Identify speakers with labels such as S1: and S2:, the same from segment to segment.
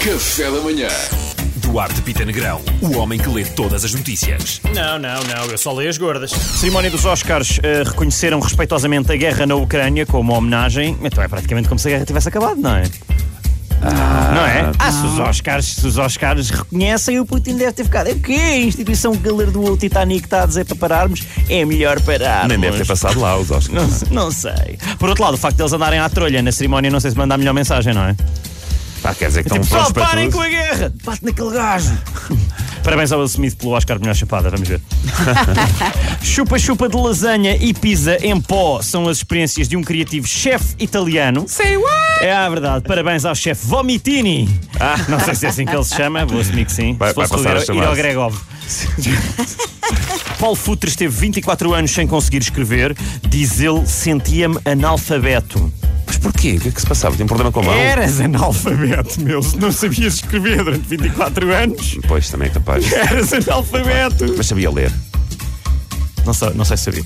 S1: Café da Manhã.
S2: Duarte Pita Negrão, o homem que lê todas as notícias.
S3: Não, não, não, eu só leio as gordas.
S4: Cerimónia dos Oscars eh, reconheceram respeitosamente a guerra na Ucrânia como homenagem. Então é praticamente como se a guerra tivesse acabado, não é? não é? Ah, se os, Oscars, se os Oscars reconhecem, o Putin deve ter ficado. É o quê? A instituição que galardoou o Titanic está a dizer para pararmos? É melhor pararmos.
S5: Nem deve ter passado lá os Oscars.
S4: Não, se- não sei. Por outro lado, o facto deles andarem à trolha na cerimónia, não sei se manda a melhor mensagem, não é?
S5: Pá, quer dizer que estão
S4: tipo,
S5: prontos
S4: pessoal,
S5: para
S4: parem
S5: tudo.
S4: com a guerra! Bate naquele gajo! Parabéns ao Will Smith pelo Oscar de melhor chapada, vamos ver. Chupa-chupa de lasanha e pizza em pó são as experiências de um criativo chefe italiano.
S5: Say what?
S4: É a verdade. Parabéns ao chefe Vomitini. Não sei se é assim que ele se chama, vou assumir que sim.
S5: Vai-
S4: se fosse
S5: vai
S4: Rui,
S5: passar a
S4: era- ir ao
S5: chamar-se.
S4: Gregov. Paulo Futre esteve 24 anos sem conseguir escrever. Diz ele, sentia-me analfabeto.
S5: Mas porquê? O que é que se passava? Tinha um problema com a mão?
S4: Eras analfabeto, meu. Se não sabias escrever durante 24 anos,
S5: Pois, também é capaz.
S4: eras analfabeto.
S5: Mas sabia ler.
S4: Não sei, não sei se sabia.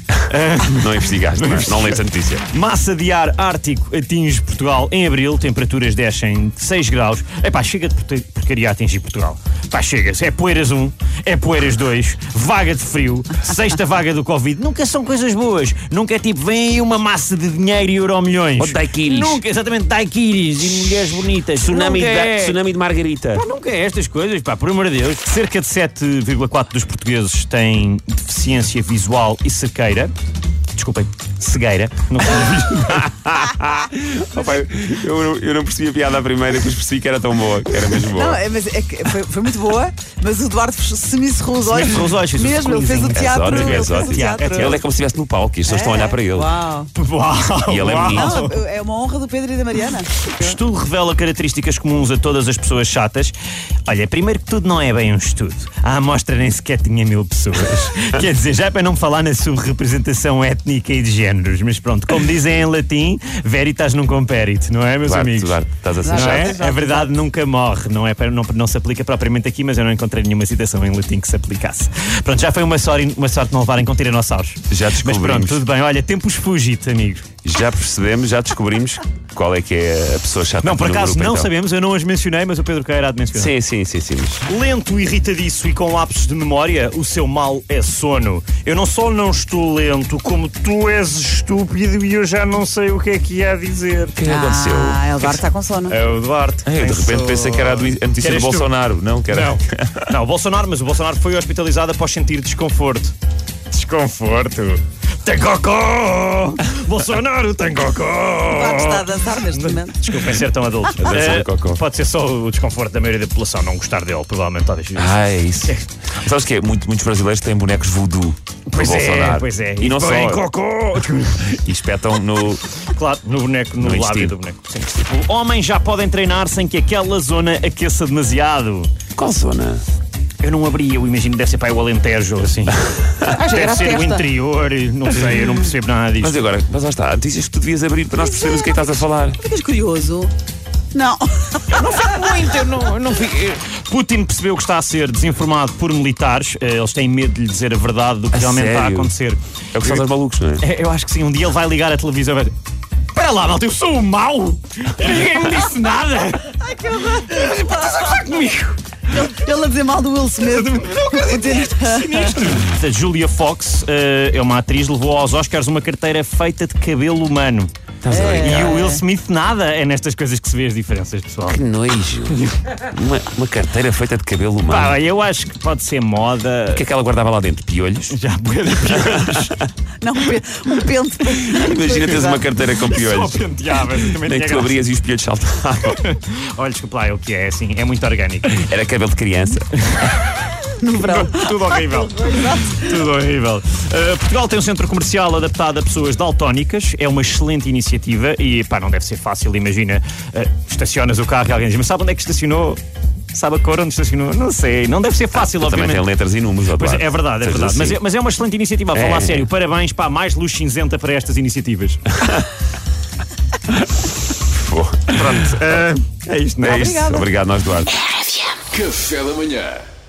S5: Não investigaste, não, é? não leste a notícia.
S4: Massa de ar ártico atinge Portugal em abril, temperaturas descem 6 graus. Epá, chega de porte- porcaria a atingir Portugal. Pá, chega -se. É poeiras 1, é poeiras 2, vaga de frio, sexta vaga do Covid. Nunca são coisas boas. Nunca é tipo, vem aí uma massa de dinheiro e euro milhões.
S5: Ou daiquiris.
S4: Nunca, exatamente, daiquiris e mulheres bonitas.
S5: Tsunami,
S4: Nunca é.
S5: de, tsunami de Margarita.
S4: Pá, nunca é estas coisas, pá, por amor de Deus. Cerca de 7,4% dos portugueses têm deficiência visual e sequeira. Desculpem, cegueira. Não
S5: Oh, pá, eu, não- eu não percebi a piada à primeira, depois percebi que era tão boa, que era mesmo boa.
S6: Não, é, mas é que foi, foi muito boa, mas o Eduardo semicerrou os olhos.
S4: Semicerrou os olhos, fez o
S6: Mesmo, ele fez o
S4: squeezing.
S5: É
S6: teatro.
S5: exótico, é
S6: ele fez o
S5: exótico.
S4: teatro.
S5: Ele é como se estivesse no palco e as pessoas estão a olhar para ele.
S6: Uau.
S4: Uau,
S5: E ele é
S4: uau.
S5: bonito.
S6: Não, é uma honra do Pedro e da Mariana.
S4: Estudo revela características comuns a todas as pessoas chatas. Olha, primeiro que tudo não é bem um estudo. A amostra nem sequer tinha mil pessoas. Quer dizer, já é para não falar na sua representação étnica e de géneros, mas pronto, como dizem em latim, veritas nunca comperit, não é, meus
S5: Duarte,
S4: amigos?
S5: Duarte, estás a ser
S4: Não
S5: chato.
S4: é? A verdade nunca morre, não é? para- Não, não se aplica propriamente aqui, mas eu não encontrei nenhuma citação em latim que se aplicasse. Pronto, já foi uma sorte, uma sorte não levarem com tiranossauros.
S5: Já
S4: Mas
S5: descobrimos.
S4: pronto, tudo bem. Olha, tempos fugit, amigo.
S5: Já percebemos, já descobrimos qual é que é a pessoa chata
S4: Não,
S5: aqui
S4: por
S5: no
S4: acaso
S5: grupo,
S4: não
S5: então.
S4: sabemos, eu não as mencionei, mas o Pedro Caio irá de mencionar.
S5: Sim, sim, sim, sim. mas-
S4: Lento, irritadiço e com lapsos de memória, o seu mal é sono. Eu não só não estou lento, como tu és estúpido e eu já não sei o que é que há a dizer.
S5: O que é que aconteceu?
S6: Ah, o Eduardo está com sono.
S4: É o Duarte.
S5: Ah, eu de repente pensei que era a do- a notícia do
S4: Eras tu.
S5: Bolsonaro. Não, que era.
S4: Não. não, o Bolsonaro, mas o Bolsonaro foi hospitalizado após sentir desconforto. Desconforto? Tem cocó! Bolsonaro tem
S6: O
S4: cocó!
S6: Eduardo está a dançar neste
S5: oh.
S6: momento.
S4: Desculpem ser tão adultos.
S5: dança do
S4: Eh,
S5: cocó.
S4: pode ser só o desconforto da maioria da população não gostar dele, provavelmente, talvez.
S5: Ah, é isso. Sabes o que é? Muito- muitos brasileiros têm bonecos voodoo do
S4: Pois
S5: Bolsonaro.
S4: é, pois é.
S5: E não só.
S4: Põem cocó!
S5: E espetam no.
S4: Claro, no boneco, no,
S5: No
S4: lábio
S5: intestino.
S4: do boneco. Sim. O homem já podem treinar sem que aquela zona aqueça demasiado.
S5: Qual zona?
S4: Eu não abri, eu imagino que deve ser para aí o Alentejo ou assim. deve ser o interior, não sei, eu não percebo nada disso.
S5: Mas agora, mas lá está, há notícias que tu devias abrir para nós percebermos o que é que estás a falar.
S6: Ficas curioso? Não.
S4: Muito, eu não, eu não fico- eu- Putin percebeu que está a ser desinformado por militares. Eh, Eles têm medo de lhe dizer a verdade do que
S5: A
S4: realmente está a
S5: sério?
S4: acontecer.
S5: É o que são os malucos, não é?
S4: É, Eu acho que sim, um dia ele vai ligar a televisão e vai dizer: Espera lá, malta, eu sou o mau! Ninguém me disse nada! Ai que horror!
S6: Ele a dizer mal do Will Smith.
S4: A Julia Fox eh, é uma atriz, levou aos Oscars uma carteira feita de cabelo humano.
S5: Estás a
S4: E o
S5: brincar.
S4: Will Smith nada é nestas coisas que se vê as diferenças, pessoal.
S5: Que nojo. Uma, uma carteira feita de cabelo humano.
S4: Pá, eu acho que pode ser moda.
S5: O que é que ela guardava lá dentro? Piolhos?
S4: Já pode
S6: Não, um pe- um pente.
S5: Imagina teres uma carteira com
S4: só
S5: piolhos.
S4: penteava.
S5: Nem
S4: Também tinha
S5: que tu
S4: graça.
S5: abrias e os piolhos saltavam.
S4: Tá Olha, desculpa lá, é o que é, assim, é muito orgânico.
S5: Era cabelo de criança.
S6: no verão.
S4: Tudo horrível. Tudo horrível. Uh, Portugal tem um centro comercial adaptado a pessoas daltónicas. É uma excelente iniciativa e, pá, não deve ser fácil. Imagina, uh, estacionas o carro e alguém diz: Mas sabe onde é que estacionou? Sabe a cor onde estacionou? Não sei. Não deve ser fácil,
S5: Também
S4: obviamente.
S5: tem letras e números, ó,
S4: Pois é,
S5: Duarte.
S4: é verdade, é
S5: Seja
S4: verdade. Mas
S5: assim.
S4: é, mas é uma excelente iniciativa, a falar
S5: É.
S4: a sério. Parabéns, pá, mais luz cinzenta para estas iniciativas.
S5: Pô.
S4: Pronto, uh, é isto, não é?
S5: É isto.
S6: Obrigada.
S5: é Obrigado, nós, Duarte.
S1: Café da Manhã.